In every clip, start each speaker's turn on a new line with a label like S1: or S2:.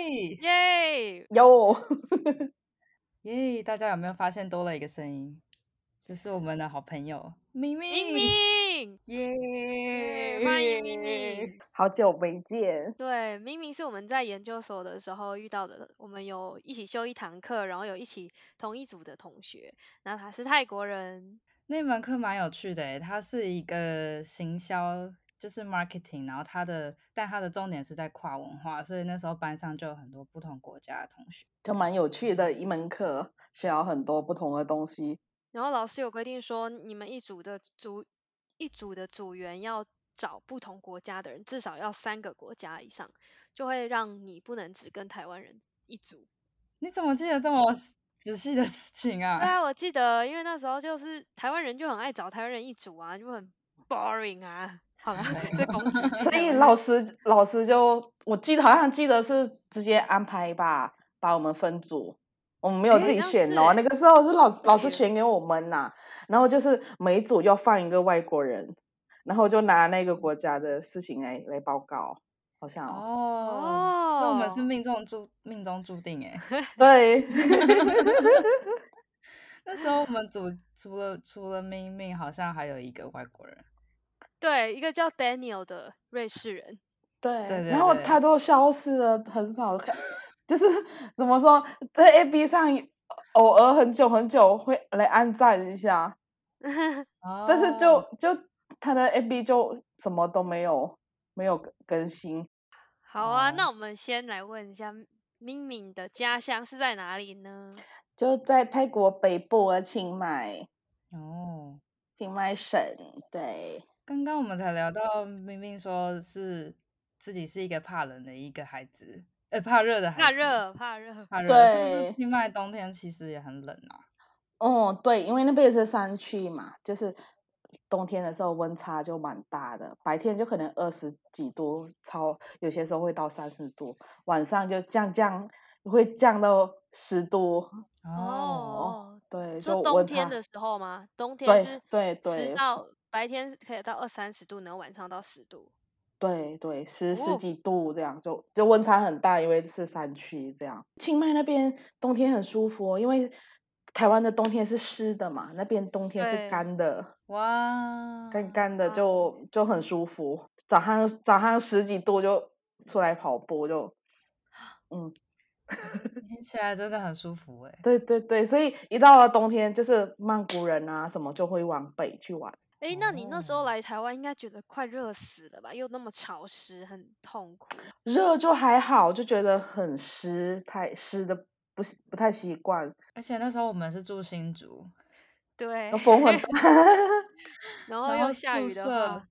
S1: 耶！
S2: 有，
S3: 耶！大家有没有发现多了一个声音？就是我们的好朋友明
S1: 明
S3: 明，
S1: 明，
S3: 耶！
S1: 耶欢迎明明。
S2: 好久没见，
S1: 对，明明是我们在研究所的时候遇到的，我们有一起修一堂课，然后有一起同一组的同学。那他是泰国人，
S3: 那门课蛮有趣的诶，它是一个行销，就是 marketing，然后它的但它的重点是在跨文化，所以那时候班上就有很多不同国家的同学。
S2: 就蛮有趣的一门课，学到很多不同的东西。
S1: 然后老师有规定说，你们一组的组一组的组员要找不同国家的人，至少要三个国家以上，就会让你不能只跟台湾人一组。
S3: 你怎么记得这么仔细的事情
S1: 对
S3: 啊？
S1: 啊，我记得，因为那时候就是台湾人就很爱找台湾人一组啊，就很 boring 啊。好啦，这 攻击
S2: 所以老师老师就我记得好像记得是直接安排吧，把我们分组。我们没有
S3: 诶
S2: 自
S1: 好
S2: 己
S1: 像
S2: 选
S1: 是
S2: 哦，
S1: 诶
S2: 那个时候是老师老师
S1: 对
S2: 选给我们呐、然后就是每一组要放一个外国人，然后就拿那个国家的事情来来报告，好像哦
S3: 哦，所以我们是
S1: 哦
S3: 命中注命中注定欸诶。
S2: 对，
S3: 那时候我们组除了除了明明，好像还有一个外国人。
S1: 对，一个叫 Daniel 的瑞士人，
S2: 对，
S3: 对对
S2: 然后
S3: 对
S2: 他都消失了，很少看，就是怎么说，在 A B 上偶尔很久很久会来按赞一下，
S3: 哦
S2: 但是就就他的 A B 就什么都没有，没有更更新。
S1: 好啊，那
S3: 哦
S1: 我们先来问一下敏敏的家乡是在哪里呢？
S2: 就在泰国北部的清迈，
S3: 哦，
S2: 清迈省，对，
S3: 刚刚我们才聊到明明说是自己是一个怕冷的一个孩子，呃，怕热的孩子，
S1: 怕，热，怕热。
S3: 怕热，是不是
S2: 对
S3: 清迈冬天其实也很冷啊？
S2: 哦，对，因为那边也是山区嘛，就是冬天的时候温差就蛮大的，白天就可能二十几度，超有些时候会到三十度，晚上就降降会降到十度。
S3: 哦，
S1: 哦，
S2: 对，
S1: 你说
S2: 就
S1: 冬
S2: 温
S1: 天
S2: 差，
S1: 的时候吗？冬天
S2: 对
S1: 是
S2: 对
S1: 十
S2: 对
S1: 到白天可以到二三十度，然后晚上到十度。
S2: 对对，十十
S1: 哦，
S2: 几度这样，就就温差很大，因为是山区这样。清迈那边冬天很舒服哦，因为台湾的冬天是湿的嘛，那边冬天是
S1: 对，嗯
S2: 干的。
S3: 哇，
S2: 干干的
S1: 哇
S2: 就就很舒服。早上早上十几度就出来跑步就，嗯，
S3: 听起来真的很舒服哎诶。
S2: 对对对，所以一到了冬天，就是曼谷人啊什么就会往北去玩。
S1: 诶，那你那时候
S3: 哦，
S1: 来台湾应该觉得快热死了吧？又那么潮湿，很痛苦。
S2: 热就还好，就觉得很湿，太湿的不习不太 习惯，
S3: 而且那时候我们是住新竹，
S1: 对，
S2: 那风很大，
S1: 然后
S3: 然
S1: 哦又
S3: 后
S1: 下
S3: 宿
S1: 雨的话，
S3: 舍，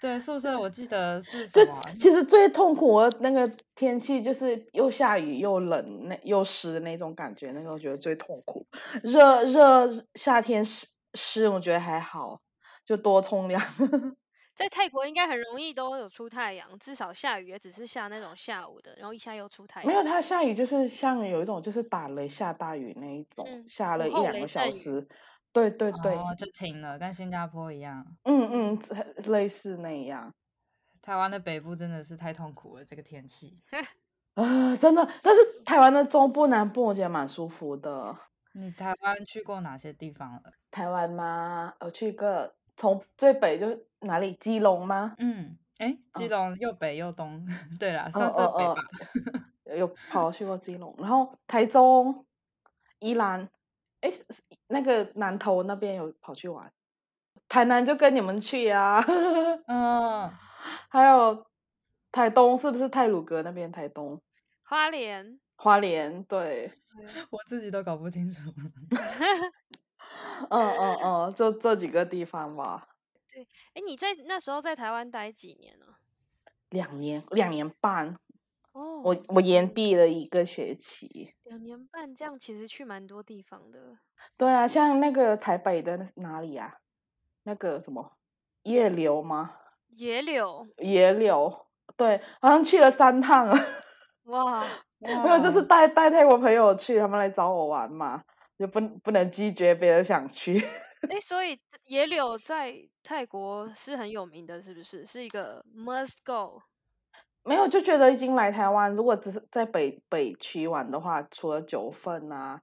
S3: 对，宿舍我记得是什
S2: 就
S3: 么啊？
S2: 其实最痛苦的那个天气就是又下雨又冷，那又湿那种感觉，那个我觉得最痛苦。热热夏天湿湿，我觉得还好，就多冲凉。
S1: 在泰国应该很容易都有出太阳，至少下雨也只是下那种下午的，然后一下又出太
S2: 没有，
S1: 阳。
S2: 它下雨就是像有一种就是打雷下大雨那一种，
S1: 嗯，
S2: 下
S1: 午
S2: 了一
S1: 后
S2: 两
S1: 雷
S2: 个小
S1: 阵雨。
S2: 时。对对 对，
S3: 哦，就停了，跟新加坡一样。
S2: 嗯嗯，类似那样。
S3: 台湾的北部真的是太痛苦了，这个天气。
S2: 啊，真的，但是台湾的中部、南部我觉得蛮舒服的。
S3: 你台湾去过哪些地方了？
S2: 台湾吗？我去个从最北就是哪里？基隆吗？
S3: 嗯，诶，基
S2: 哦
S3: 隆又北又东， 对啦，
S2: 哦
S3: 算最北吧。
S2: 哦哦，有跑去过基隆，然后台中、宜兰，哎，是是那个南投那边有跑去玩，台南就跟你们去呀、哦
S3: 嗯，
S2: 还有台东是不是泰鲁阁那边？台东、
S1: 花莲，
S2: 花莲，对，
S1: 对，
S3: 我自己都搞不清楚。
S2: 嗯嗯嗯，就这几个地方吧。
S1: 对，哎，你在那时候在台湾待几年呢、
S2: 两年，两年半，我
S1: 哦，
S2: 我延
S1: 嗯，
S2: 毕了一个学期。
S1: 两年半，这样其实去蛮多地方的。
S2: 对啊，像那个台北的那哪里啊？那个什么夜流吗？
S1: 野柳，
S2: 野柳，对，好像去了 三趟啊。
S1: 哇，
S2: 没有，就是
S3: 哇，
S2: 带带泰国朋友去，他们来找我玩嘛，就不不能拒绝别人想去。
S1: 哎，所以野柳在泰国是很有名的，是不是？是一个 must go。
S2: 没有就觉得已经来台湾，如果只是在北北区玩的话，除了九份啊，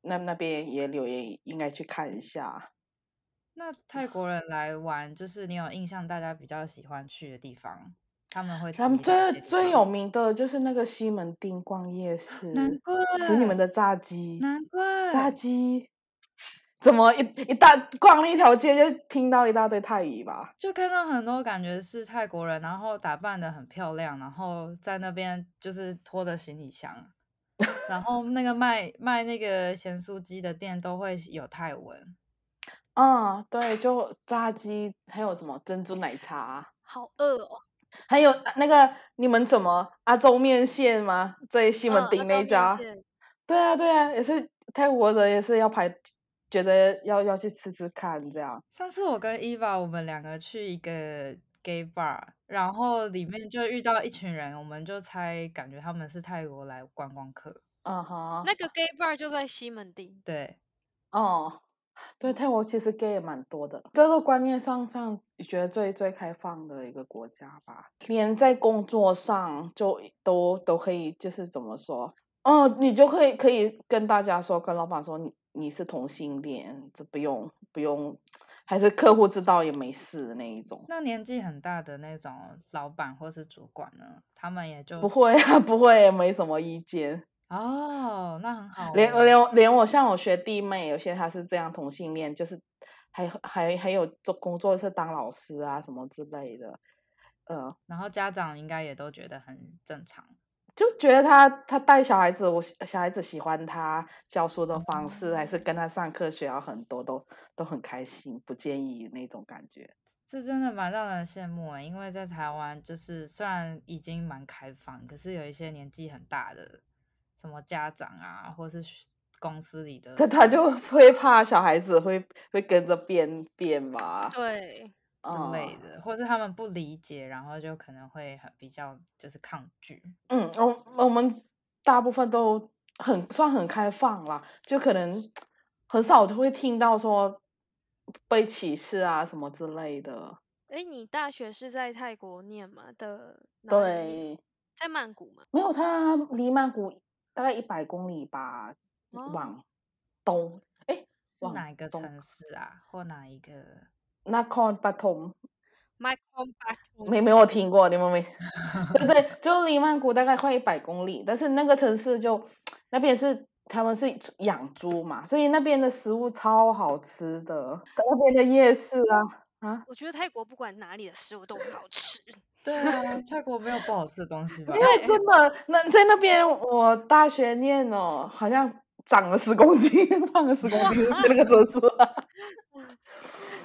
S2: 那那边也柳岩应该去看一下。
S3: 那泰国人来玩，就是你有印象大家比较喜欢去的地方，他们会
S2: 他们
S3: 提到哪
S2: 最
S3: 些地
S2: 最
S3: 方
S2: 有名的就是那个西门町逛夜市，
S3: 难怪
S2: 吃你们的炸鸡，
S3: 难怪
S2: 炸鸡怎么一一大逛了一条街就听到一大堆泰语吧？
S3: 就看到很多感觉是泰国人，然后打扮的很漂亮，然后在那边就是拖着行李 箱，然后那个卖卖那个咸酥鸡的店都会有泰文，
S2: 啊、对，就炸鸡，还有什么珍珠奶茶，
S1: 好饿哦。
S2: 还有那个你们怎么阿州面线吗？在西门
S1: 嗯
S2: 町
S1: 那
S2: 那一
S1: 家
S2: 家，
S1: 面线
S2: 对啊对啊，也是泰国人也是要排，觉得要要去吃吃看这样。
S3: 上次我跟 Eva 我们两个去一个 gay bar，然后里面就遇到一群人，我们就猜感觉他们是泰国来观光客。
S2: 嗯哼，
S1: 那个 gay bar 就在西门町，
S3: 对，
S2: 哦，对，泰国其实 gay 也蛮多的，这个观念上非常觉得最最开放的一个国家吧，连在工作上就都都可以，就是怎么说，哦，你就可以可以跟大家说，跟老板说你你是同性恋，这不用不用，还是客户知道也没事的那一种。
S3: 那年纪很大的那种老板或是主管呢，他们也就
S2: 不会啊， 不会，没什么意见。
S3: 哦，那很好
S2: 连
S3: 欸
S2: 连我连我像我学弟妹，有些她是这样同性恋，就是还还还有做工作是当老师啊什么之类的，呃，
S3: 然后家长应该也都觉得很正常。
S2: 就觉得他他带小孩子，我喜小孩子喜欢他教书的方式，还是跟他上课学到很多，都都很开心，不介意那种感觉。
S3: 这真的蛮让人羡慕欸诶，因为在台湾，就是虽然已经蛮开放，可是有一些年纪很大的，什么家长啊，或是学公司里的，
S2: 这他就会怕小孩子会会跟着变变吧，
S1: 对，
S3: 之类
S2: 嗯
S3: 的，或是他们不理解，然后就可能会很比较就是抗拒。
S2: 嗯，我我们大部分都很算很开放啦，就可能很少就会听到说被歧视啊什么之类的。
S1: 哎，你大学是在泰国念吗？的哪里念，
S2: 对，
S1: 在曼谷吗？
S2: 没有，它离曼谷大概一百公里吧，
S1: 哦
S2: 往东，哎，
S3: 是
S2: 往
S3: 哪一个
S2: 东
S3: 城市啊，或哪一个？
S2: 那 con 巴通，
S1: m i c o m b a c k
S2: 没没有听过，你们没？对对，就离曼谷大概快一百公里，但是那个城市就那边是他们是养猪嘛，所以那边的食物超好吃的，那边的夜市啊啊，
S1: 我觉得泰国不管哪里的食物都很好 吃。
S3: 对啊，泰国没有不好吃的东西吧
S2: 没？有真的，那在那边我大学念哦，好像长了十公斤， 胖了十公斤，在那个城市、啊。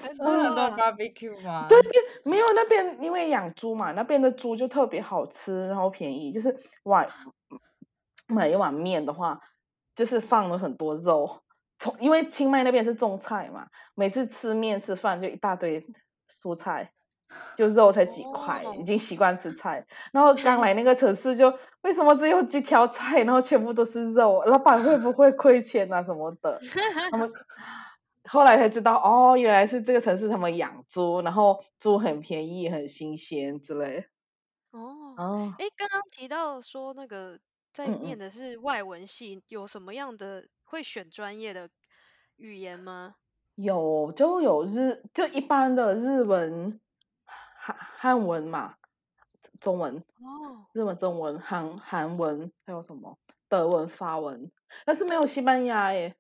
S3: 还是很多
S1: 哦
S3: barbecue 吗？
S2: 对对，没有那边因为养猪嘛，那边的猪就特别好吃，然后便宜，就是碗买一碗面的话，就是放了很多肉。从因为清迈那边是种菜嘛，每次吃面吃饭就一大堆蔬菜，就肉才几块，已
S1: 哦
S2: 经习惯吃菜。然后刚来那个城市就为什么只有几条菜，然后全部都是肉，老板会不会亏钱啊什么的？他们后来才知道，哦，原来是这个城市他们养猪，然后猪很便宜、很新鲜之类。
S1: 哦，
S2: 哦，
S1: 哎，刚刚提到说那个在
S2: 嗯嗯
S1: 念的是外文系，有什么样的会选专业的语言吗？
S2: 有就有日，就一般的日文、汉汉文嘛，中文、
S1: 哦，
S2: 日文、中文、韩韩文，还有什么德文、法文，但是没有西班牙耶，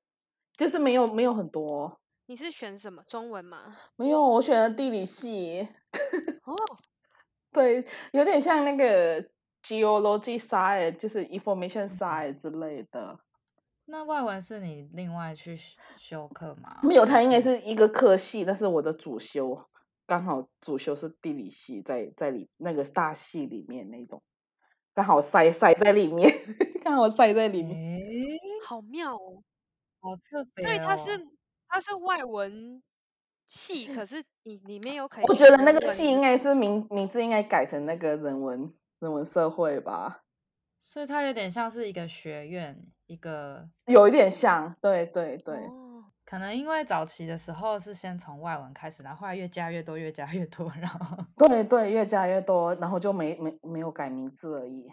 S2: 就是没有没有很多，
S1: 你是选什么中文吗？
S2: 没有我选了地理系。
S1: 哦，
S2: 对，有点像那个 geology side，就是 information side 之类的。
S3: 那外文是你另外去修修课吗？
S2: 没有，
S3: 还
S2: 它应该是一个科系，但是我的主修刚好主修是地理系，在在里那个大系里面那种，刚好塞塞在里面，刚好塞在里面。
S3: 嗯诶，
S1: 好妙哦！
S3: 好特别
S1: 所以它是
S3: 哦
S1: 它是外文系，可是你里面有可以
S2: 我觉
S1: 选
S2: 得那
S1: 人
S2: 个
S1: 文
S2: 系
S1: 的
S2: 应该是名名字应该改成那个人文人文社会吧，
S3: 所以它有点像是一个学院，一个
S2: 有一点像，对对对。
S1: 哦，
S3: 可能因为早期的时候是先从外文开始，然后后来越加越多，越加越多，然后
S2: 对对，越加越多，然后就没没没有改名字而已。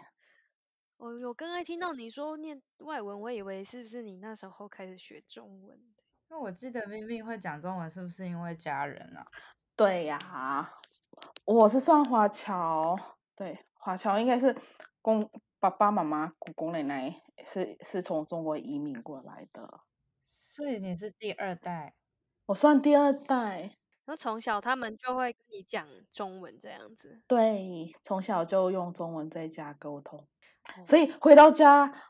S1: 我哦有刚才听到你说念外文，我以为是不是你那时候开始学中文的？
S3: 因为我记得冰冰会讲中文，是不是因为家人啊？
S2: 对呀、我是算华侨，对，华侨应该是公爸爸妈妈、公公奶奶是是从中国移民过来的，
S3: 所以你是第二代，
S2: 我算第二代。
S1: 然后从小他们就会跟你讲中文这样子，
S2: 对，从小就用中文在家沟通，
S1: 哦
S2: 所以回到家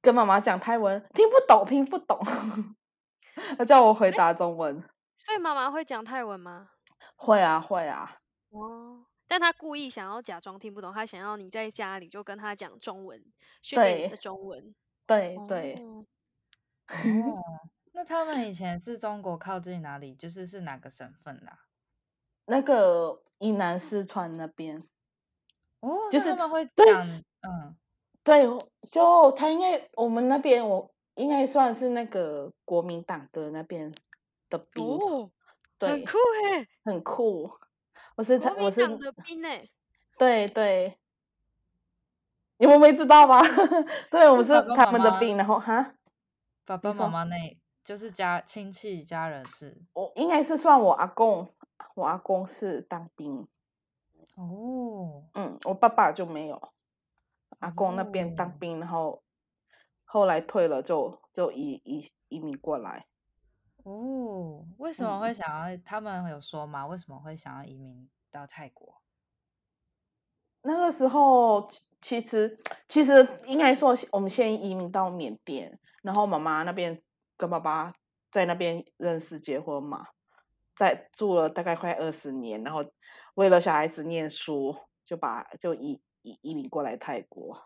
S2: 跟妈妈讲泰文，听不懂，听不懂， 她叫我回答中文。
S1: 所以妈妈会讲泰文吗？
S2: 会啊，会啊，
S1: 哦，但她故意想要假装听不懂，她想要你在家里就跟她讲中文，训练你的
S2: 对
S1: 中文。
S2: 对对。
S1: 哦
S3: 哦那他们以前是中国靠近哪里？就是是哪个省份的啊、
S2: 那个云南四川那边，
S3: 哦，
S2: 就
S3: 那
S2: 是
S3: 他们会
S2: 对
S3: 讲，嗯，
S2: 对，就他应该我们那边我应该算是那个国民党的那边的兵，
S1: 哦，很
S2: 对，
S1: 酷哎，
S2: 很酷。我是他，
S1: 国
S2: 我
S1: 民
S2: 是
S1: 党 的兵哎，
S2: 对对，你们没知道吗？ 对，我们
S3: 是
S2: 是
S3: 爸爸
S2: 他
S3: 妈
S2: 们的
S3: 妈
S2: 兵，然后哈，
S3: 爸爸妈
S2: 说
S3: 妈那就是家亲戚家人是
S2: 我应该是算我阿公，我阿公是当兵，
S3: 哦，
S2: 嗯，我爸爸就没有，阿公那边
S3: 哦
S2: 当兵，然后后来退了就就移移移民过来。
S3: 哦，为什么
S2: 嗯
S3: 会想要？他们有说吗？为什么会想要移民到泰国？
S2: 那个时候其其实其实应该说，我们先移民到缅甸，然后妈妈那边跟爸爸在那边认识结婚嘛，在住了大概快二十年，然后为了小孩子念书，就把就移移移民过来泰国。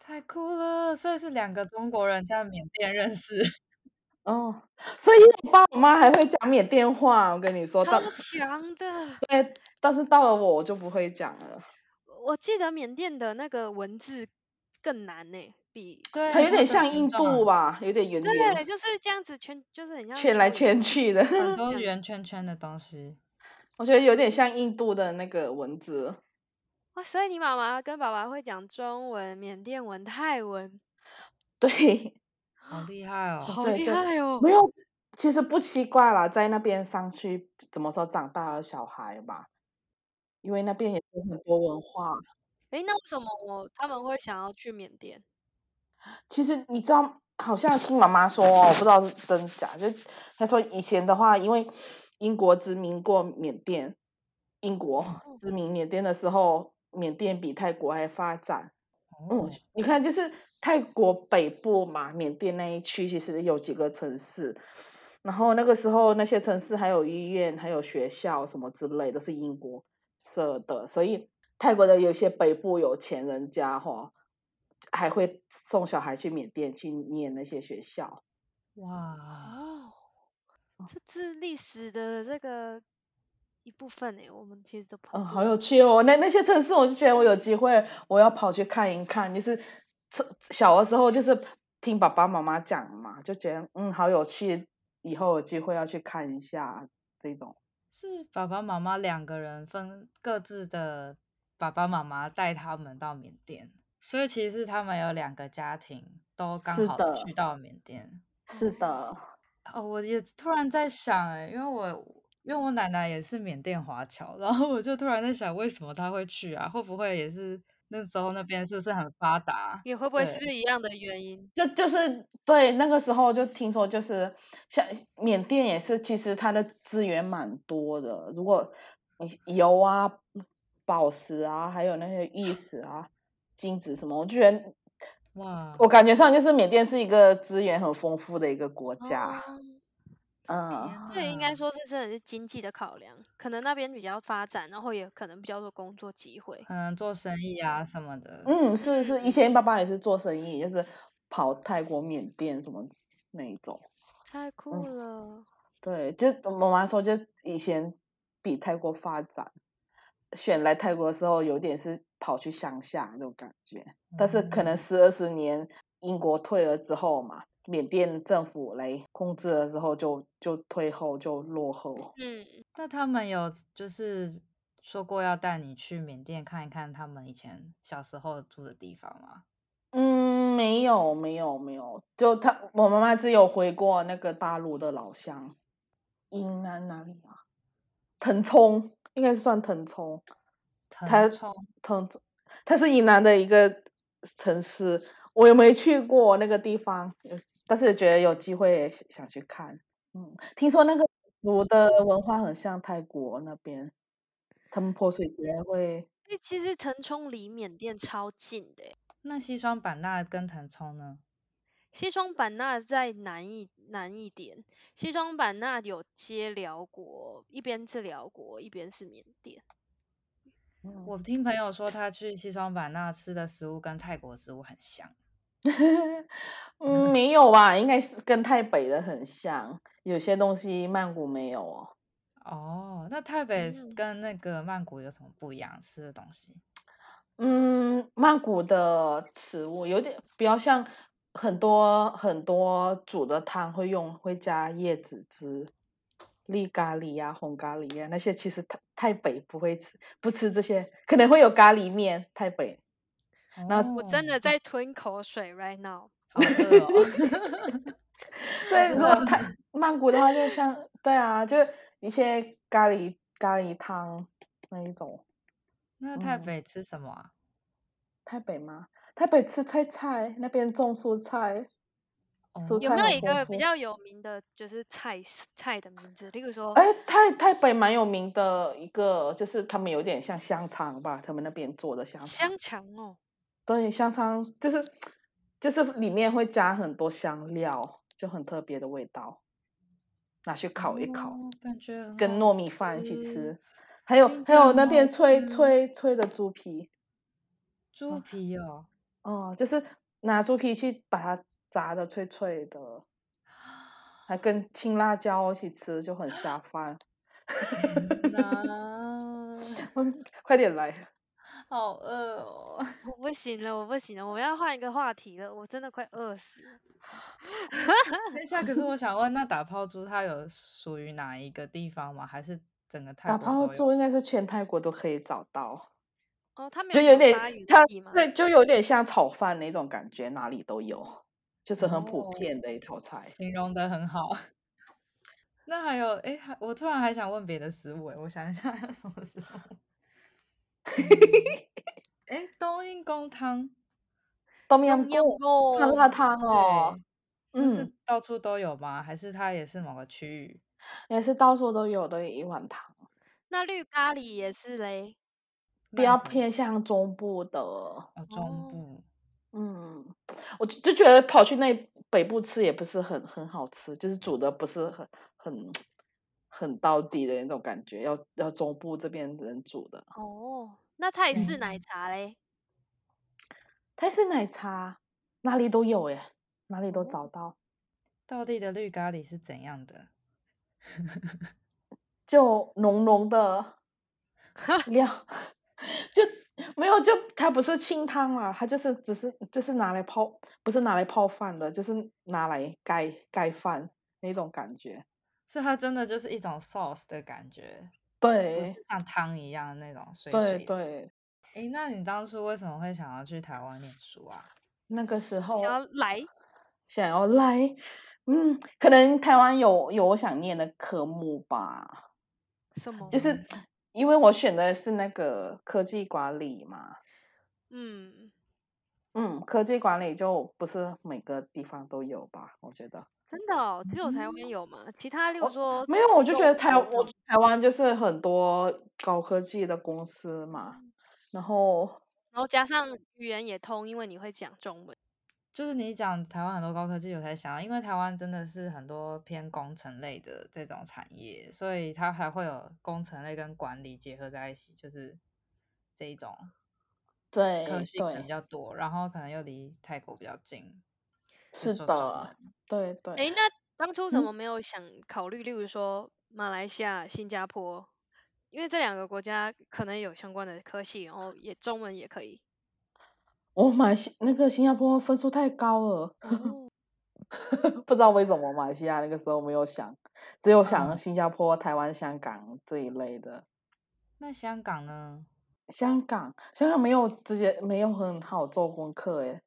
S3: 太酷了！所以是两个中国人在缅甸认识，
S2: 哦，所以我爸我妈还会讲缅甸话，我跟你说，但
S1: 超强 的。
S2: 但是到了我我就不会讲了，
S1: 我记得缅甸的那个文字更难呢，比
S3: 对，
S2: 它有点
S3: 们
S2: 像
S3: 形
S2: 印
S3: 状
S2: 度吧，有点圆
S1: 对，
S2: 圆
S1: 就是这样子圈，就是很像
S2: 圈来
S1: 蚯蚓
S2: 圈去的。
S3: 很多
S1: 这样
S3: 圆圈圈的东西。
S2: 我觉得有点像印度的那个文字。
S1: 哇，所以你妈妈跟爸爸会讲中文、缅甸文、泰文，
S2: 对，
S3: 好厉害哦！
S1: 好
S2: 对
S1: 厉
S2: 对
S1: 害哦！
S2: 没有，其实不奇怪啦，在那边山区怎么说长大的小孩嘛，因为那边也是很多文化。
S1: 诶，那为什么我他们会想要去缅甸？
S2: 其实你知道，好像听妈妈说哦，我不知道是真假，就她说以前的话，因为英国殖民过缅甸，英国
S1: 嗯
S2: 殖民缅甸的时候，缅甸比泰国还发展。
S3: 哦
S2: 嗯，你看，就是泰国北部嘛，缅甸那一区其实有几个城市，然后那个时候那些城市还有医院、还有学校什么之类，都是英国设的，所以泰国的有些北部有钱人家哈、还会送小孩去缅甸去念那些学校。
S3: 哇，
S1: 哦，这是历史的这个一部分诶，我们其实都跑
S2: 嗯，
S1: 不
S2: 好有趣哦！那那些城市，我就觉得我有机会，我要跑去看一看。就是从小的时候，就是听爸爸妈妈讲嘛，就觉得嗯，好有趣，以后有机会要去看一下这种。
S3: 是爸爸妈妈两个人分各自的爸爸妈妈带他们到缅甸，所以其实他们有两个家庭都刚
S2: 是
S3: 好
S2: 的
S3: 去到缅甸。
S2: 是的，
S3: 哦，我也突然在想、欸，因为我因为我奶奶也是缅甸华侨，然后我就突然在想，为什么她会去啊？会不会也是那时候那边是不是很发达？
S1: 也会不会是
S3: 对
S1: 不是一样的原因？
S2: 就就是对那个时候就听说，就是像缅甸也是，其实它的资源蛮多的，如果你油啊、宝石啊，还有那些玉石啊、金子什么，我就觉得
S3: 哇，
S2: 我感觉上就是缅甸是一个资源很丰富的一个国家，
S1: 哦，
S2: 嗯，
S3: 天
S1: 对，应该
S3: 呐
S1: 说这真的是经济的考量，可能那边比较发展，然后也可能比较多工作机会。
S3: 可能做生意啊什么的。
S2: 嗯，是是，以前爸爸也是做生意，就是跑泰国、缅甸什么那一种，
S1: 太
S2: 嗯
S1: 酷了！
S2: 对，就我妈妈说，就以前比泰国发展，选来泰国的时候有点是跑去乡下那种感觉，但是可能
S3: 嗯
S2: 十二十年英国退了之后嘛，缅甸政府来控制了之后就，就退后，就落后。
S1: 嗯，
S3: 那他们有就是说过要带你去缅甸看一看他们以前小时候住的地方吗？
S2: 嗯，没有没有没有，就他我妈妈只有回过那个大陆的老乡，云南哪里啊？腾冲应该是算腾冲，他
S3: 腾冲
S2: 腾冲，它是云南的一个城市，我也没去过那个地方，有但是觉得有机会也想想去看。嗯，听说那个族的文化很像泰国那边，他们泼水节会，
S1: 哎，其实腾冲离缅甸超近的欸，
S3: 那西双版纳跟腾冲呢？
S1: 西双版纳再南一南一点，西双版纳有接辽国，一边是辽国，一边是缅甸。
S2: 嗯
S3: 我听朋友说他去西双版纳吃的食物跟泰国食物很像。
S2: 嗯，没有吧？应该是跟泰北的很像，有些东西曼谷没有哦。
S3: 哦，那台北是
S1: 嗯
S3: 跟那个曼谷有什么不一样？吃的东西？
S2: 嗯，曼谷的食物有点比较像很多很多煮的汤会用会加椰子汁、绿咖喱呀、红咖喱呀、那些，其实泰泰北不会吃，不吃这些，可能会有咖喱面。泰北然后
S1: 我真的
S3: 哦
S1: 在吞口水 right now。
S3: 好饿哦！
S2: 对，如
S3: 真
S2: 果
S3: 的
S2: 泰曼谷的话，就像对啊，就一些咖喱咖喱汤那一种。
S3: 那台
S2: 嗯
S3: 北吃什么啊？
S2: 台北吗？台北吃菜菜，那边种蔬菜，
S3: 哦
S2: 蔬
S1: 有
S2: 菜
S1: 没有
S2: 很
S1: 一个
S2: 丰
S1: 比
S2: 富。
S1: 较有名的就是菜式菜的名字？例如说，
S2: 哎，台台北蛮有名的一个，就是他们有点像香肠吧，他们那边做的香肠。
S1: 香肠哦，
S2: 对，香肠就是就是里面会加很多香料，就很特别的味道，拿去烤一烤，
S3: 哦，感觉很
S2: 跟
S3: 好
S2: 糯米饭一起
S3: 吃，
S2: 吃。还有
S3: 听起
S2: 还
S3: 来
S2: 有
S3: 很
S2: 那
S3: 好
S2: 边脆
S3: 吃。
S2: 脆脆的猪皮，
S3: 猪皮哦，
S2: 哦，就是拿猪皮去把它炸的脆脆的，还
S3: 啊
S2: 跟青辣椒一起吃，就很下 饭。
S3: 天 哪，
S2: 嗯快点来。
S3: 好饿哦！
S1: 我不行了，我不行了，我们要换一个话题了，我真的快饿死了。
S3: 等一下，可是我想问，那打抛猪它有属于哪一个地方吗？还是整个泰
S2: 打
S3: 国
S2: 泡
S3: 都有？
S2: 猪应该是全泰国都可以找到，
S1: 哦，他们
S2: 就
S1: 有
S2: 有
S1: 什么发
S2: 点
S1: 源
S2: 它
S1: 地吗？
S2: 对，就有点像炒饭那种感觉，哪里都有，就是很普
S3: 哦，
S2: 遍的一道菜。
S3: 形容的很好。 那还有，哎，还我突然还想问别的食物，哎，我想一下还有什么食物？嗯，哎，冬阴功汤，
S2: 冬阴
S1: 冬阴
S2: 功酸辣
S1: 功，
S2: 汤 哦，
S3: 对，那
S2: 嗯，
S3: 是到处都有吗？还是它也是某个区域？
S2: 也是到处都有的一碗汤，
S1: 那绿咖喱也是嘞。
S2: 比
S3: 曼
S2: 较
S3: 谷
S2: 偏向中部的。
S3: 哦，中
S1: 哦，
S3: 部
S2: 嗯，我就就觉得跑去那北部吃也不是很很好吃，就是煮的不是很很很到底的那种感觉，要要中部这边人煮的。
S1: 哦，那泰式奶
S3: 嗯，
S1: 茶嘞？
S2: 泰式奶茶哪里都有耶，哪里都
S1: 哦，
S2: 找到。
S3: 道地的绿咖喱是怎样的？
S2: 就浓浓的料， 就没有就它不是清汤啦，它就是只是就是拿来泡，不是拿来泡饭的，就是拿来盖盖饭那种感觉。
S3: 所以它真的就是一种 sauce 的感觉，不是
S2: 对
S3: 像汤一样那种水
S2: 对
S3: 水的。
S2: 对，
S3: 诶，那你当初为什么会想要去台湾念书啊？
S2: 那个时
S1: 想
S2: 候
S1: 要来
S2: 想要来，嗯，可能台湾有有我想念的科目吧，
S1: 什么？
S2: 就是
S3: 嗯，
S2: 因为我选的是那个科技管理嘛，
S1: 嗯，
S2: 嗯，科技管理就不是每个地方都有吧，我觉得。
S1: 真的哦，只有台湾
S3: 嗯
S1: 有吗？其他例如
S2: 我
S1: 说
S2: 哦没有，我就觉得
S1: 中
S2: 台
S1: 国
S2: 我
S1: 呢？
S2: 台湾就是很多高科技的公司嘛，
S1: 嗯
S2: 然后
S1: 然后加上语言也通，因为你会讲中文。
S3: 就是你讲台湾很多高科技，我才想到，因为台湾真的是很多偏工程类的这种产业，所以它还会有工程类跟管理结合在一起，就是这一种科
S2: 对
S3: 系可能比
S2: 对，
S3: 较多，然后可能又离泰国比较近，又
S2: 是
S3: 说中
S2: 的，
S3: 文。
S2: 对对，
S1: 诶，那当初怎么
S2: 嗯，
S1: 没有想考虑，例如说马来西亚、新加坡，因为这两个国家可能有相关的科系，然后也中文也可以。
S2: 我马来西那个新加坡分数太高了，
S1: 哦，
S2: 不知道为什么马来西亚那个时候没有想，只有想
S3: 嗯
S2: 新加坡、台湾、香港这一类的。
S3: 那香港呢？
S2: 香港，香港没有直接没有很好做功课诶。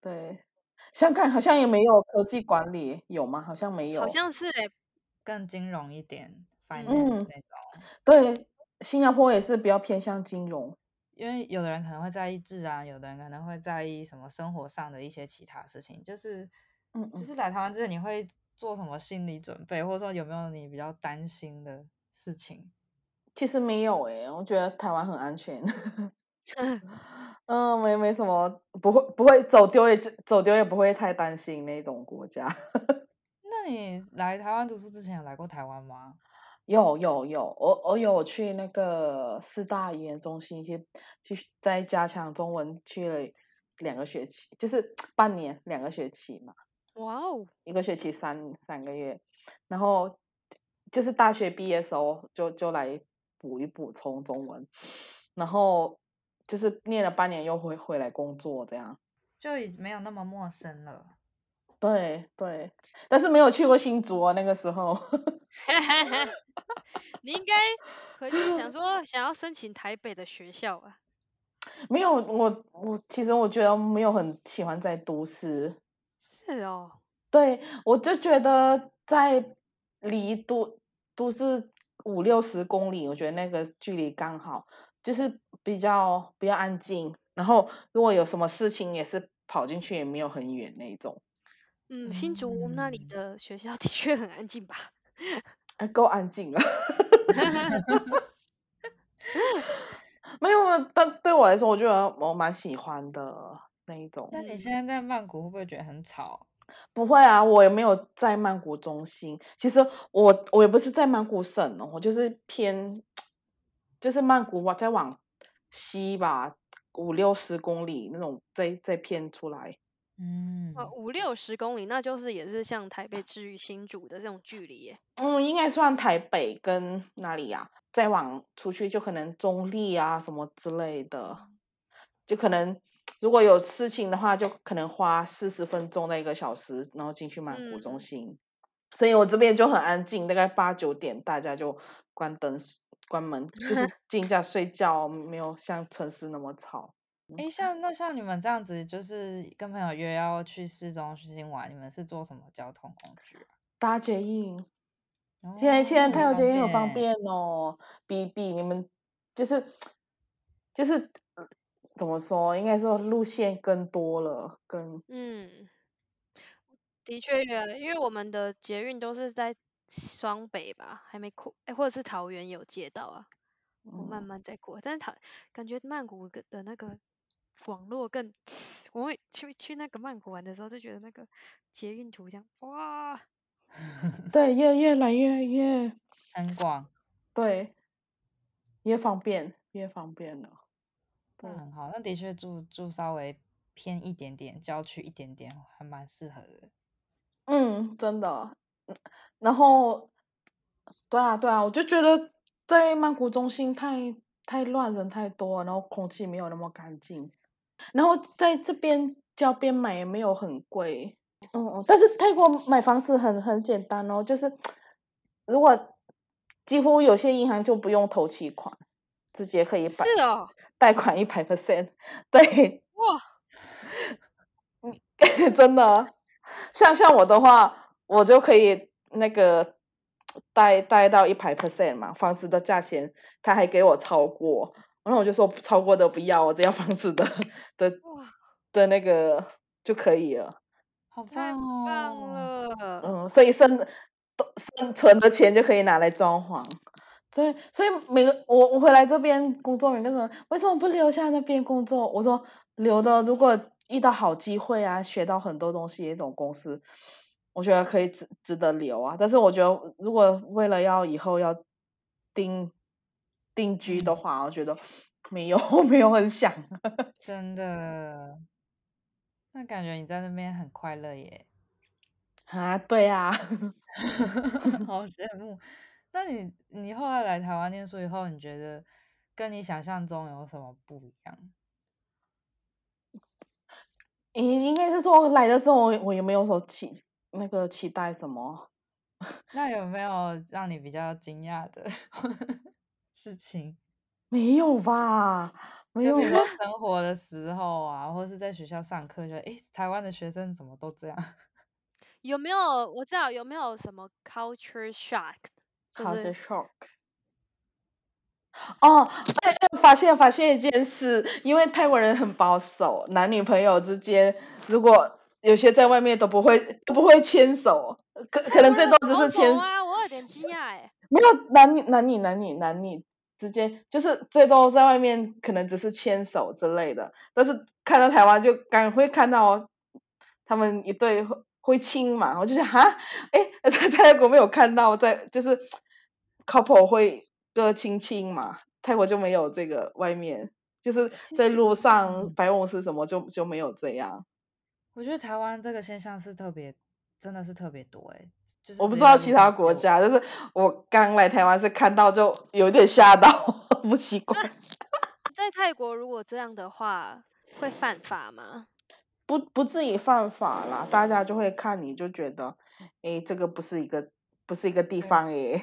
S2: 对，香港好像也没有科技管理，有吗？好像没有。
S1: 好像是哎、
S3: 更金融一点
S2: 嗯
S3: ，finance 那种，
S2: 对，新加坡也是比较偏向金融。
S3: 因为有的人可能会在意治安，有的人可能会在意什么生活上的一些其他事情，就是
S2: 嗯
S3: 就
S2: 嗯，
S3: 是来台湾之前你会做什么心理准备，或者说有没有你比较担心的事情？
S2: 其实没有诶，我觉得台湾很安全。 嗯，没没什么，不会不会走丢也走丢也不会太担心那种国家。
S3: 那你来台湾读书之前有来过台湾吗？
S2: 有有有，我我有去那个四大语言中心去去再加强中文去了两个学期，就是半年两个学期嘛，
S1: 哇哦，
S2: 一个学期三三个月，然后就是大学毕业的时候就就来补一补充中文，然后就是念了半年又回回来工作这样。
S3: 就已没有那么陌生了。
S2: 对对，但是没有去过新竹哦，那个时候。
S1: 你应该回去想说想要申请台北的学校啊，
S2: 没有，我我其实我觉得没有很喜欢在都市，
S1: 是哦，
S2: 对我就觉得在离都都市五六十公里，我觉得那个距离刚好，就是比较比较安静，然后如果有什么事情也是跑进去也没有很远那一种，
S1: 嗯，新竹那里
S3: 嗯
S1: 的学校 的确很安静吧？
S2: 啊，够安静了。 没有啊，但对我来说，我觉得我蛮喜欢的那一种。
S3: 那你现
S1: 嗯
S3: 在在曼谷会不会觉得很吵？
S2: 不会啊，我也没有在曼谷中心。其实我我也不是在曼谷省哦，我就是偏，就是曼谷我再往西吧，五六十公里那种，再再偏出来。
S1: 哇，
S3: 嗯，
S1: 呃五六十公里，那就是也是像台北至于新竹的这种距离耶。
S2: 嗯，应该算台北跟哪里呀、再往出去就可能中立啊什么之类的，就可能如果有事情的话，就可能花四十分钟到一个小时，然后进去曼谷中
S1: 嗯
S2: 心。所以我这边就很安静，大概八九点大家就关灯、关门，就是静下睡觉，没有像城市那么吵。
S3: 诶，像那像你们这样子，就是跟朋友约要去市中心玩，你们是坐什么交通工具啊？
S2: 搭捷运，现在
S3: 哦，
S2: 现在
S3: 那很
S2: 太有捷
S3: 方
S2: 运很方
S3: 便。
S2: 便哦，比比你们就是就是呃怎么说，应该说路线更多了，更
S1: 嗯，的确耶，因为我们的捷运都是在双北吧，还没扩，哎，或者是桃园有接到啊，我慢
S2: 嗯，
S1: 慢在扩，但是它感觉曼谷的的那个网络更，我会去去那个曼谷玩的时候就觉得那个捷运图像，哇，
S2: 对，越越来越越
S3: 很广，
S2: 对，越方便越方便了，
S3: 那
S2: 对。
S3: 很好。那的确住住稍微偏一点点，郊区一点点，还蛮适合的。
S2: 嗯，真的。嗯然后，对啊，对啊，我就觉得在曼谷中心太太乱，人太多，然后空气没有那么干净。然后在这边郊边买也没有很贵。嗯嗯，但是泰国买房子很很简单哦，就是如果几乎有些银行就不用头期款，直接可以
S1: 是
S2: 贷
S1: 哦，
S2: 贷款一百 percent。对，
S1: 哇，
S2: 真的，啊像像我的话，我就可以那个贷贷到一百 percent 嘛，房子的价钱他还给我超过，然后我就说超过的不要，我只要房子的 的
S1: 哇，
S2: 的那个就可以了。
S3: 好
S1: 太
S3: 棒
S1: 棒
S3: 哦！
S1: 了，
S2: 嗯，所以剩都剩存的钱就可以拿来装潢。所以，所以每个我我回来这边工作，每个人为什么不留下那边工作？我说留的，如果遇到好机会啊，学到很多东西，一种公司，我觉得可以值值得留啊。但是我觉得，如果为了要以后要定定居的
S3: 嗯，
S2: 话，我觉得没有 没有很想。
S3: 真的，那感觉你在那边很快乐耶。
S2: 啊，对啊，
S3: 好羡慕。那你你后来来台湾念书以后，你觉得跟你想象中有什么不一样？
S2: 应应该是说来的时候我我也没有什么期那个期待什么？
S3: 那有没有让你比较惊讶的 事情？
S2: 没有吧？没
S3: 就
S2: 有
S3: 比如
S2: 吧
S3: 说生活的时候啊，或是在学校上课，觉得诶，台湾的学生怎么都这样？
S1: 有没有我知道有没有什么 culture shock？就
S2: ，culture
S1: 是
S2: shock。哦，哎，哎发现发现一件事，因为泰国人很保守，男女朋友之间如果有些在外面都不会都不会牵手，可可能最多只是牵
S1: 牵啊，我有点惊 讶哎，
S2: 没有男女男女男女男女之间，就是最多在外面可能只是牵手之类的，但是看到台湾就赶会看到他们一对会会亲嘛，我就想哈，哎，在泰国没有看到在就是 couple 会各亲亲嘛，泰国就没有这个外面。就是
S3: 其
S2: 在
S3: 实
S2: 路上
S3: 嗯
S2: 白公司什么就就没有这样，
S3: 我觉得台湾这个现象是特别，真的是特别多诶，就是
S2: 我不
S3: 直接
S2: 知
S3: 在
S2: 道
S3: 路
S2: 其
S3: 上
S2: 他国
S3: 被我
S2: 家，但是我刚来台湾是看到就有点吓到， 不奇怪。
S1: 在泰国如果这样的话会犯法吗？
S2: 不不至于犯法啦，大家就会看你就觉得，诶，这个不是一个不是一个地
S3: 对
S2: 方诶，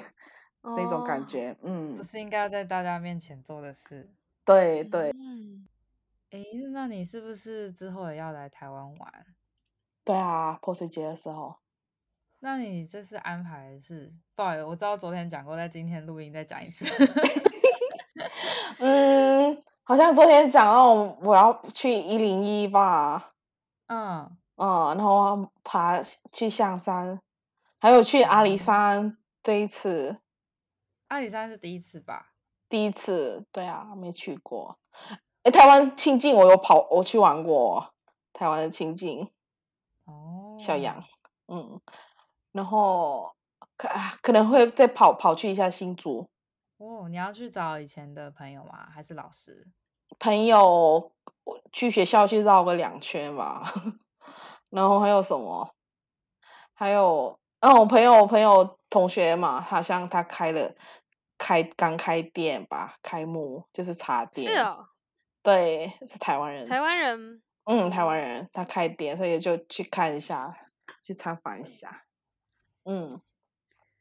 S2: 那种
S1: 哦
S2: 感觉，
S3: 不
S2: 嗯，
S3: 是应该要在大家面前做的事。
S2: 对对
S1: 嗯，
S3: 诶，那你是不是之后也要来台湾玩？
S2: 对啊，泼水节的时候，
S3: 那你这次安排的是，不好意思，我知道昨天讲过，在今天录音再讲一次。
S2: 嗯，好像昨天讲到我我要去一零一吧，
S3: 嗯，
S2: 嗯，然后爬去象山，还有去阿里
S3: 哦
S2: 山，这一次
S3: 阿里山是第一次吧？
S2: 第一次，对啊，没去过。诶，台湾清境我有跑，我去玩过哦台湾的清境。小
S3: 哦
S2: 羊，，嗯，然后可啊可能会再跑跑去一下新竹，
S3: 哦，你要去找以前的朋友吗？还是老师？
S2: 朋友我去学校去绕个两圈吧， 然后还有什么？还有，嗯，我朋友我朋友同学嘛，好像他开了开刚开店吧，开幕就是茶
S1: 是
S2: 店，
S1: 哦，
S2: 对，是台湾人，
S1: 台湾人，
S2: 嗯，台湾
S1: 嗯
S2: 人，他开店，所以就去看一下，去参访一下，嗯。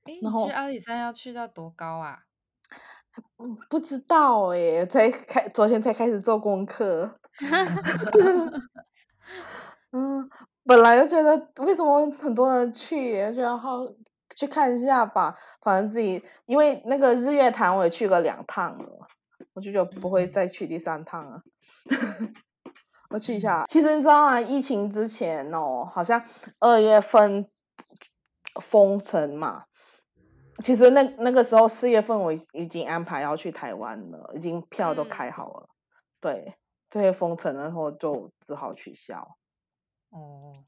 S3: 诶，你
S2: 然
S3: 去
S2: 后
S3: 阿里山要去到多高啊？
S2: 嗯，不知道诶，才开昨天才开始做功课。 嗯，本来就觉得为什么很多人去，就觉得好去看一下吧。反正自己因为那个日月潭我也去过两趟了，我就觉得不会
S3: 嗯
S2: 再去第三趟了。 我去一
S3: 嗯，
S2: 下。其实你知道啊，疫情之前哦，好像二月份封城嘛。其实那那个时候四月份我已已经安排要去台湾了，已经票都
S1: 嗯，
S2: 开好了。对，对，封城然后就只好取消。
S3: 哦，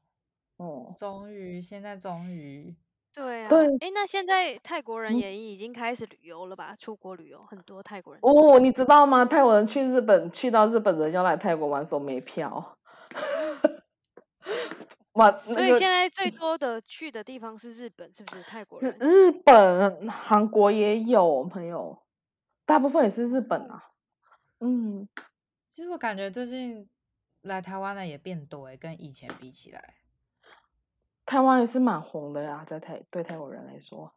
S2: 哦、
S3: 终于，现在终于，
S1: 对啊，
S2: 对，
S1: 诶，那现在泰国人
S2: 嗯，
S1: 也已经开始旅游了吧？出国旅游，很多泰国人出
S2: 哦，
S1: 国
S2: 你
S1: 旅
S2: 知道吗？泰国人去日本，去到日本人要来泰国玩，说没票，
S1: 游，
S2: 哇，那
S1: 所以
S2: 个嗯
S1: 现在最多的去的地方是日本，是不是？泰国
S2: 日
S1: 人，
S2: 日本、韩国也有朋友，大部分也是日本
S3: 哦
S2: 啊。嗯，
S3: 其实我感觉最近来台湾的也变多诶，跟以前比起来，
S2: 台湾也是蛮红的呀、在泰对泰国人来说，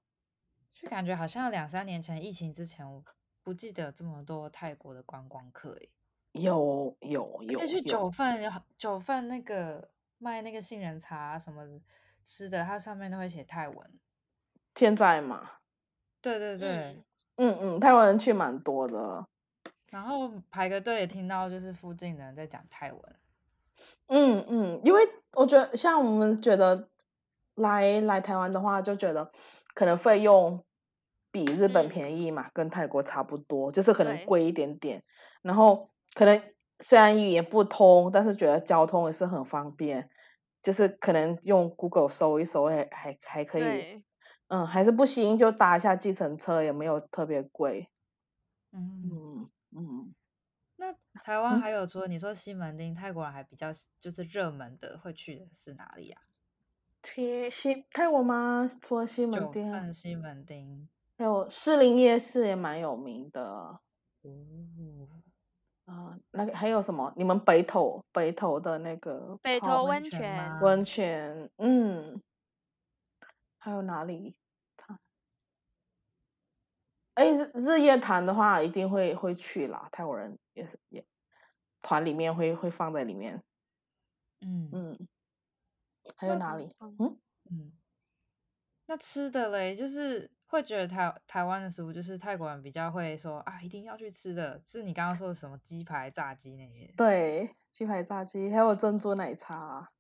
S3: 就感觉好像两三年前疫情之前，我不记得有这么多泰国的观光客诶，
S2: 有有
S3: 而且去
S2: 有有，
S3: 九份有好，九份那个卖那个杏仁茶啊什么的吃的，它上面都会写泰文。
S2: 现在嘛，
S3: 对对对，
S1: 嗯，
S2: 嗯嗯，泰国人去蛮多的，
S3: 然后排个队也听到就是附近的人在讲泰文。
S2: 嗯嗯，因为我觉得像我们觉得来来台湾的话，就觉得可能费用比日本
S1: 嗯，
S2: 便宜嘛，跟泰国差不多，就是可能
S1: 对，
S2: 贵一点点，然后可能虽然语言不通，但是觉得交通也是很方便，就是可能用 Google 搜一搜还还还可以，
S1: 对，
S2: 嗯，还是不行就搭一下计程车，也没有特别贵，
S3: 嗯，
S2: 嗯嗯
S3: 那台湾
S2: 嗯。
S3: 还有除了你说西门町，泰国人还比较就是热门的会去的是哪里啊？
S2: 去西泰国吗？除了西门
S3: 九
S2: 町啊，
S3: 份、西门町。
S2: 还有士林夜市也蛮有名的
S3: 哦，
S2: 啊、那个还有什么？你们北投北投的那个
S1: 北
S2: 泡
S1: 投
S3: 温
S1: 温
S3: 泉
S1: 泉，
S2: 温
S3: 吗？
S2: 泉，嗯，还有哪里？看，哎，日日月潭的话一定会会去啦，泰国人也是也团里面会会放在里面。
S3: 嗯
S2: 嗯，还有
S1: 那
S2: 哪
S1: 怎么
S2: 里？
S1: 放
S2: 嗯，
S3: 嗯，那吃的嘞，就是会觉得台台湾的食物，就是泰国人比较会说啊，一定要去吃的，是你刚刚说的什么鸡排、炸鸡那些。
S2: 对，鸡排炸鸡，还有珍珠奶茶，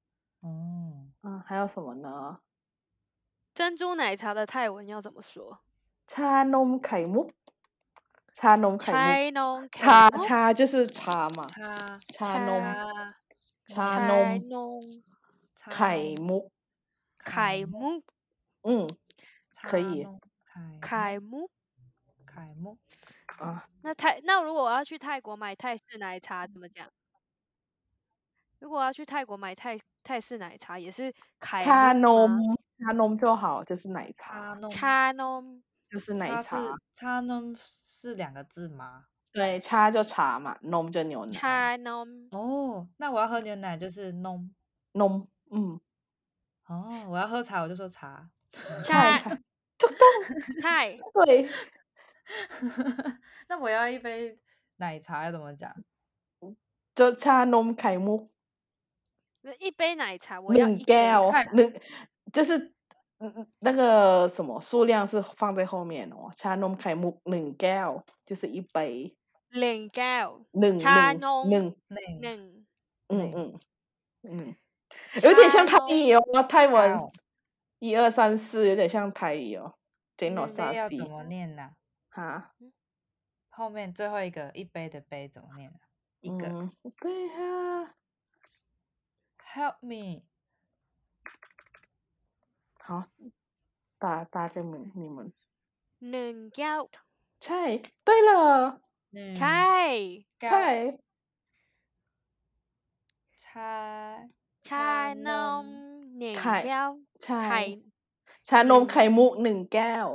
S3: 哦，
S2: 嗯，还有什么呢？
S1: 珍珠奶茶的泰文要怎么说
S2: ชานมไข่มุกชานมไข่
S1: ？Chino
S2: มุกชาชา就是茶嘛
S3: 叉
S2: ชานม
S1: 茶
S2: ชานม
S1: Chino
S3: 叉
S2: ไข่
S3: 弄
S2: มุก
S1: 凯
S3: 木
S1: 木
S2: 嗯
S3: 叉
S2: 可以
S3: 弄
S1: 凯
S3: 凯
S1: 木。
S3: 木凯木
S2: 啊
S1: 那泰那如果我要去泰国买泰式奶茶怎么讲？如果我要去泰国买泰泰式奶茶也是凯
S2: ชานมชานม就好就是奶
S3: 叉
S2: 茶
S3: 弄
S1: Chino
S2: 就是奶
S3: 是
S2: 茶
S3: 叉啊弄是两个字吗？
S2: 对ชา就茶嘛นม就牛奶
S1: Chino
S3: 哦，那我要喝牛奶就是弄
S2: นม嗯
S3: 哦，我要喝茶我就说茶。
S2: 菜
S1: 菜
S2: 菜ถูกต้อง
S1: 泰
S2: 对
S3: 那我要一杯奶茶要怎么讲？
S2: 就ชานมไข่มุก
S1: 那一杯奶茶我
S2: ห
S1: 要
S2: นึ่ง
S1: 一
S2: แก้
S1: 杯
S2: ว
S3: 看
S2: หนึ่ง就是嗯嗯那个什么数量是放在后面哦，ชานมไข่มุกหนึ่งแก้ว就是一杯
S1: 零高
S2: หนึ่งหนึ่ง
S1: ชานม
S2: หนึ่ง
S3: 那
S1: 零
S2: 嗯
S3: หนึ่ง
S2: 嗯嗯，有点像
S1: ชาน
S2: 台
S1: ม
S2: 语哦，泰
S3: 哇
S2: 文
S3: 哦
S2: 一二三四有点像台语哦，简
S1: 那
S2: 罗
S3: 那
S2: 沙
S3: 杯要
S2: 西
S3: 怎么念呢、
S2: 哈，
S3: 后面最后一个一杯的杯怎么念呢、啊一个、
S2: 嗯，对啊，
S3: Help me，
S2: 好，打打给你们你们，
S1: 零高
S2: 菜，对了，
S3: 嗯，
S1: 菜
S2: 菜，
S3: 猜
S1: 菜
S3: น
S1: 农
S3: ม
S1: 零
S2: ไข่
S1: 高
S2: 菜嗯
S1: ไข่，
S2: ชานมไข่มุกหนึ่งแก้ว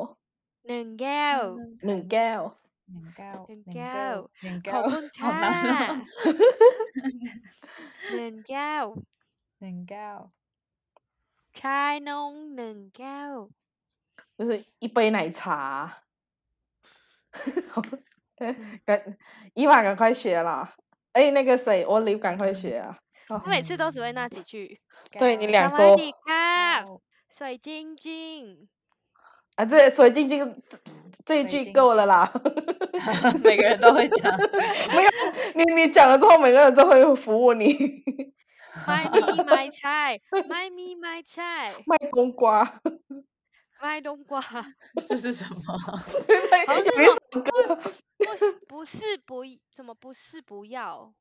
S1: 零
S3: ชา
S1: 高
S3: นม
S2: หนึ่ง
S3: ไข่
S2: แก้ว
S3: หนึ่งแก้ว
S1: 零
S3: หนึ่งแก้ว
S1: 高
S3: หนึ่งแก้ว
S1: ขอบคุณ
S3: 好难哦，
S1: ค่ะ หนึ่งแก้ว
S3: หนึ่งแก้ว
S1: ชานมหนึ่งแก้ว
S2: 就是一杯奶茶。 赶伊娃赶快学啦！哎，那个谁，我 e 赶快学啊！哦
S1: 我每次都只会那几句
S2: 对你
S3: แก้ว
S2: 嗯两
S1: สวัส
S2: 周
S1: ดีครั
S3: แก้ว
S1: บสวยจริง
S2: 啊，这水晶这个这一
S3: 水
S2: 句
S3: 晶
S2: 够了啦。
S3: 每个人都会讲
S2: 没有你，你讲了之后，每个人都会服务你，
S1: ๆ my me my 菜 my me my 菜
S2: 卖冬瓜。
S1: my 冬瓜
S3: 这是什么？
S1: 好像
S2: 有
S1: 是那
S2: 一
S1: 种
S2: 首歌，
S1: 不是不是不怎么不是不要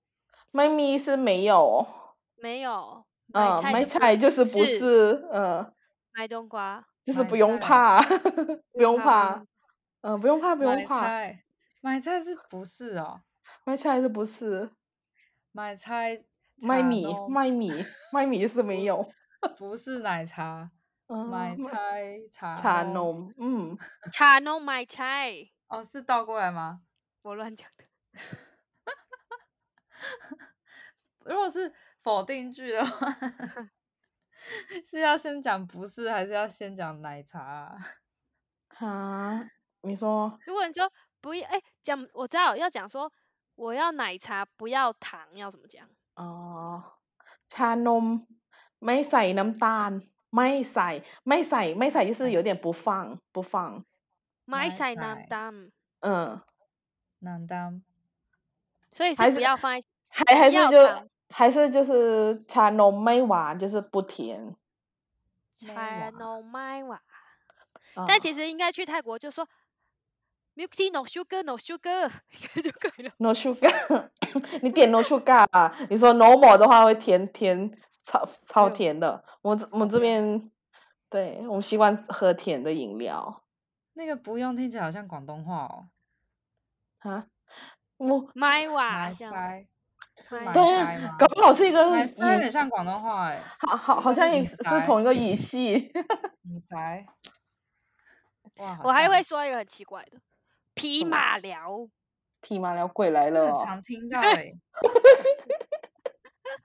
S2: 卖咪是没有，
S1: 没有
S2: 嗯，
S1: 菜
S2: 卖
S1: 就不
S2: 菜就是不
S1: 是
S2: 是，嗯，
S1: 买冬瓜
S2: 就是
S3: 买
S2: 不用
S3: 菜
S2: 怕， 不用
S1: 怕
S2: 怕，嗯，不用怕，不用
S3: 买
S2: 怕。
S3: 菜买菜是不是哦？
S2: 卖菜是不是？
S3: 买菜
S2: 卖
S3: 茶
S2: 米
S3: 弄
S2: 卖米卖米是没有，
S3: 不是奶茶，
S2: 嗯，
S3: 买菜茶
S2: 茶
S3: 弄
S2: 农，嗯，
S1: 茶农买菜
S3: 哦，是倒过来吗？
S1: 我乱讲的
S3: 如果是否定句的话， 是要先讲不是，还是要先讲奶茶啊？
S2: 啊，你说
S1: 如果你说不要，哎、讲我知道要讲说我要奶茶不要糖，要怎么讲？
S2: 哦，茶农没塞那么淡，没塞没塞没塞就是有点不放不放，
S1: 买
S3: 买晒
S1: 晒南当，
S2: 嗯，
S3: 难当
S1: 所以
S2: 还
S1: 是不
S2: 是
S1: 要放在一起。
S2: 还还是
S1: 要
S2: 就
S1: 糖
S2: 还是就是茶农没完就是不甜，
S3: 没
S1: 茶
S3: 瓦
S1: 农买哇，
S2: 啊、
S1: 但其实应该去泰国就说 milk tea no sugar no sugar 应该就可以了。
S2: no sugar，你 点 no sugar，啊你说 no more 的话会甜甜超超
S3: 六
S2: 甜的。我这我们
S3: 超
S2: 这
S3: 甜
S2: 边，对我们习惯喝甜的饮料
S3: 那个不用听起来好像广东话哦。
S2: 啊。我
S1: 买哇
S3: 买
S1: 这样，
S3: 塞是
S1: 买
S3: 买
S2: 对
S3: 塞
S2: 啊
S3: 吗，？
S2: 搞不好是一 个
S3: 买塞有
S2: 语，
S3: 点像广东话哎、
S2: 好好好
S3: 应该是啊
S2: 像也
S3: 语
S2: 是是
S3: 塞
S2: 同一个语系。
S3: 买塞。哇，好
S1: 我还
S3: 像
S1: 会说一个很奇怪的，匹
S2: 什么
S1: 马聊，
S2: 匹马聊鬼来
S3: 这
S2: 了
S3: 个很
S2: 哦，
S3: 常听 到哎、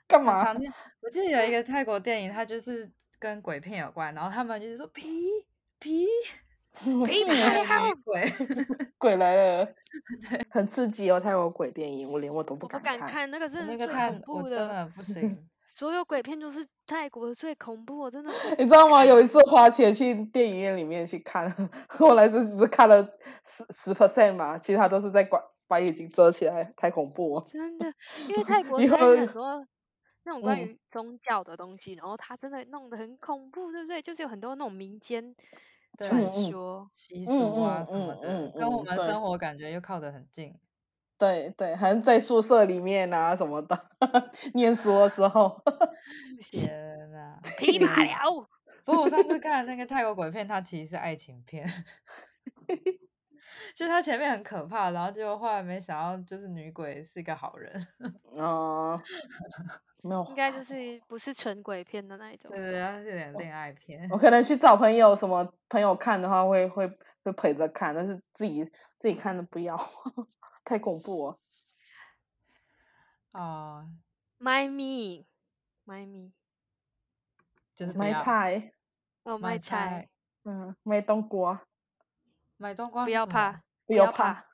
S2: 干
S3: 很
S2: 嘛
S3: 常？见。我记得有一个泰国电影，它就是跟鬼片有关，然后他们就是说皮皮
S1: 皮
S3: 海
S1: 海
S3: 女鬼，
S2: 鬼 来了，很刺激哦！泰国鬼电影，我连我都不
S1: 我不
S2: 敢
S1: 敢
S2: 看。
S1: 看那个
S3: 我
S1: 真的
S3: 那
S1: 最
S3: 个太
S1: 恐
S3: 我
S1: 怖
S3: 真的不行。
S1: 所有鬼片就是泰国最恐怖，我真的
S2: 你知道吗？有一次花钱去电影院里面去看， 后来就只看了十十 percent 嘛，其他都是在管把眼睛遮起来，太恐怖哦。
S1: 真的，因为泰国
S2: 以
S1: 实在
S2: 后
S1: 是很多那种关
S2: 嗯
S1: 于宗教的东西，然后它真的弄得很恐怖，对不对？就是有很多那种民间
S3: 对
S1: 传
S2: 嗯嗯
S1: 说，
S3: 习
S2: 嗯
S3: 俗啊
S2: 嗯
S3: 什么
S2: 嗯
S3: 的，
S2: 嗯
S3: 跟我
S2: 嗯
S3: 们
S2: 对
S3: 生活感觉又靠得很近。
S2: 对对，好像在宿舍里面啊什么的， 念书的时候，
S3: 天呐！
S1: 琵琶了。
S3: 不过我上次看那个泰国鬼片，它其实是爱情 片， 就它前面很可怕，然后结果后来没想到就是女鬼是一个好人，
S2: 嗯、没有
S1: 应，该就是不是纯鬼片的那一 种
S3: 对。对，啊它是有
S2: 哦
S3: 点恋爱片
S2: 我。可能去找朋友，什么朋友看的话会会会陪着看，但是自己自己看的不要， 太恐怖了。
S3: 哦，
S1: My me，My me，
S3: 就是不
S2: 买
S3: 要
S2: 菜，
S1: 哦
S3: 买
S1: my 菜，
S2: 嗯，买冬瓜，
S3: 买冬瓜
S1: 不
S3: 哦是
S1: 要
S3: 什么啊
S1: 怕，，
S2: 不
S1: 不
S2: 要
S1: 要
S2: 怕
S1: 怕，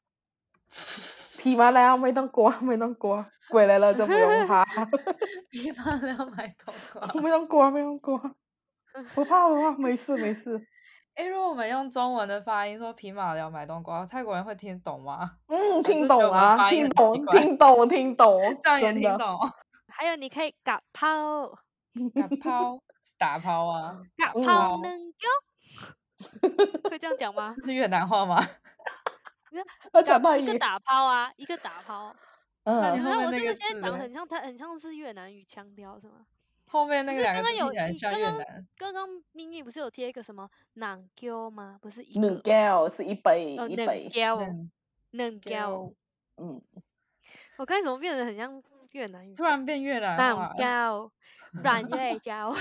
S2: 皮麻来啊，没冬瓜，没冬瓜，鬼来了就不 用怕，
S3: 一般都要买冬瓜。
S2: 没冬瓜，没冬 瓜，不怕不怕，没事没事。
S3: 哎，如果我们用中文的发音说“匹马聊买冬瓜”，泰国人会听懂 吗？
S2: 嗯，
S3: 是
S2: 听
S3: 觉得
S2: 懂
S3: 我们
S2: 啊，
S3: 发音
S2: 听
S3: 很奇
S2: 懂，
S3: 怪
S2: 听懂，听懂，
S3: 这样也
S2: 真
S3: 听
S2: 的。
S3: 懂哦。
S1: 还有你可以搞抛，
S3: 打 抛是打抛啊，
S1: 搞
S2: 嗯
S1: 抛能够，会这样讲吗？
S3: 是越南话吗？
S2: 要
S1: 搞
S2: 讲到
S1: 一个
S2: 语，
S1: 打抛啊，一个打抛。
S3: 那
S1: 你
S3: 你后
S1: 看
S2: 嗯
S3: 面
S1: 我
S3: 那
S1: 这
S3: 个
S1: 个现
S3: 字
S1: 在讲
S3: 嘞
S1: 得很像，它很像是越南语腔调是吗？
S3: 后面
S1: 可
S3: 那
S1: 是
S3: 个两个
S1: 刚刚
S3: 字听
S1: 有
S3: 起来很
S1: 你
S3: 像
S1: 刚
S3: 越
S1: 刚
S3: 南。
S1: 刚刚明你不是有贴一个什么 “nang g o 吗？不是一
S2: ，new
S1: 个
S2: girl 是一杯
S1: 哦
S2: 一
S1: ，“nang
S2: 杯，
S1: g o
S3: 嗯，
S1: n g o
S2: 嗯，
S1: 我看怎么变得很像越南语
S3: 突然变越南
S1: ？“nang
S3: 话了，
S1: g 软月 胶，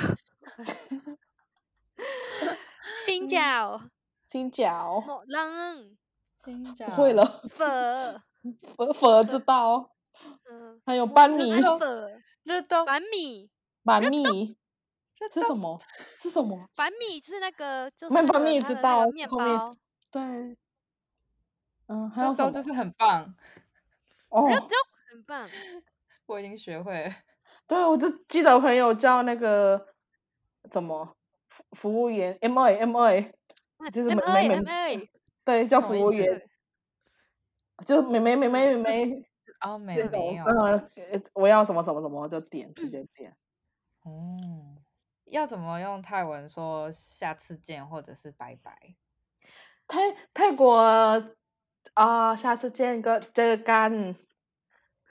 S1: 新角
S2: 金角
S1: 莫浪
S3: 新
S2: 不
S3: 疆
S2: 会。了，
S1: 粉，
S2: 佛佛知道，
S1: 嗯，
S2: 还有
S1: 我
S2: 班
S1: 的
S2: 米
S1: 爱粉
S3: 热豆，
S1: 反米
S2: 板米
S3: 热
S2: 是什
S3: 豆，
S2: 么？是什么？
S1: 反米是那个就是
S2: 没
S1: 那
S2: 板
S1: 个
S2: 米
S1: 它
S2: 知
S1: 的那
S2: 道哦
S1: 个面
S2: 后面
S1: 包，
S2: 对，嗯，还有
S3: 热
S2: 什
S3: 豆
S2: 么？
S3: 就是很棒，
S2: 哦，
S1: 很棒。
S3: 我已经学会了。
S2: 对，我就记得朋友叫那个什么服服务员 M A M A，就是每
S1: M
S2: 每
S1: A
S2: 每
S1: M A，
S2: 对，叫
S3: 什么
S2: 服
S3: 意
S2: 务
S3: 思
S2: 员，就是妹妹妹妹妹妹
S3: 哦，没
S2: 这
S3: 没
S2: 种，
S3: 有，
S2: 呃，我要什么什么什么就点，直接点。
S3: 嗯，要怎么用泰文说下次见或者是拜拜？
S2: 泰泰国啊、下次见个这个干，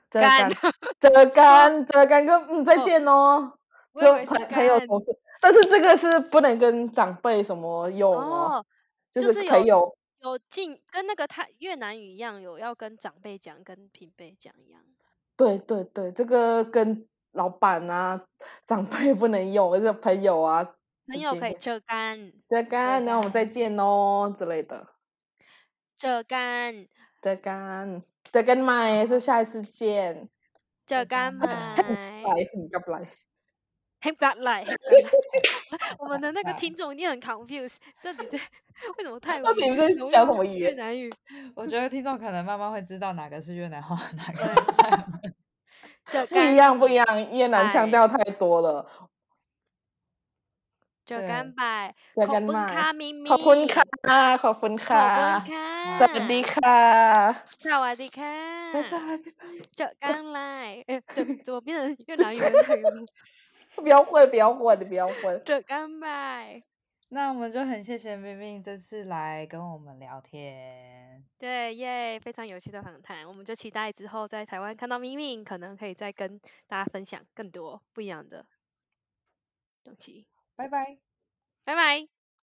S2: 这个
S1: 干
S2: 干，这个干，这个干哥，嗯，再
S1: 哦
S2: 见哦。
S1: 我以
S2: 就
S1: 为是
S2: 朋朋友
S1: 干
S2: 同事，但是这个是不能跟长辈什么用哦，
S1: 哦，
S2: 就
S1: 就是是
S2: 朋
S1: 有
S2: 友
S1: 有进跟那个泰越南语一样，有要跟长辈讲，跟平辈讲一样。
S2: 对对对，这个跟老板啊、长辈 不能用，而且朋友啊之
S1: 朋友
S2: 间
S1: 可以
S2: 会，
S1: 这干
S2: 再干，那我们再
S3: 干
S2: 见哦之类的，
S1: 这干
S2: 再干，再干嘛？是下一次见，
S1: 这
S3: 这
S1: 干
S3: 干
S1: 嘛？
S2: 来，
S1: 哎
S2: 很急来，
S1: 黑不来， 我们的那 个
S3: 来
S1: 听众一定很 confused，到 底在为什么泰文
S2: 到底
S1: 里
S2: 在
S1: 融
S2: 讲
S1: 入
S2: 什么语
S1: 越
S2: 言
S1: 南语？
S3: 我觉得听众可能慢慢会知道哪个是越南话，哪个
S1: 对
S3: 是泰文。
S1: 这
S2: 不一
S1: 干
S2: 样不一样，越南腔
S1: 哎
S2: 调太多了，
S1: 这
S3: 对
S1: 干拜，
S2: 再
S1: 口
S2: 干
S1: 本
S2: 嘛？
S1: 卡咪咪，
S2: ขอบคุณค่ะขอบคุณ
S1: 口
S2: ค่ะ
S1: 本
S2: ส
S1: 卡，
S2: วัสดี ค่ะ
S1: 萨瓦迪卡，
S2: บ๊าย
S1: 嗯
S2: บาย
S1: 这干 来，哎，这怎么变成越南语跟泰语了？
S2: 不要混不要混不要混，
S1: 这干拜，
S3: 那我们就很谢谢冰冰这次来跟我们聊天。
S1: 对耶，非常有趣的访谈，我们就期待之后在台湾看到咪咪，可能可以再跟大家分享更多不一样的东西。
S3: 拜拜。
S1: 拜拜。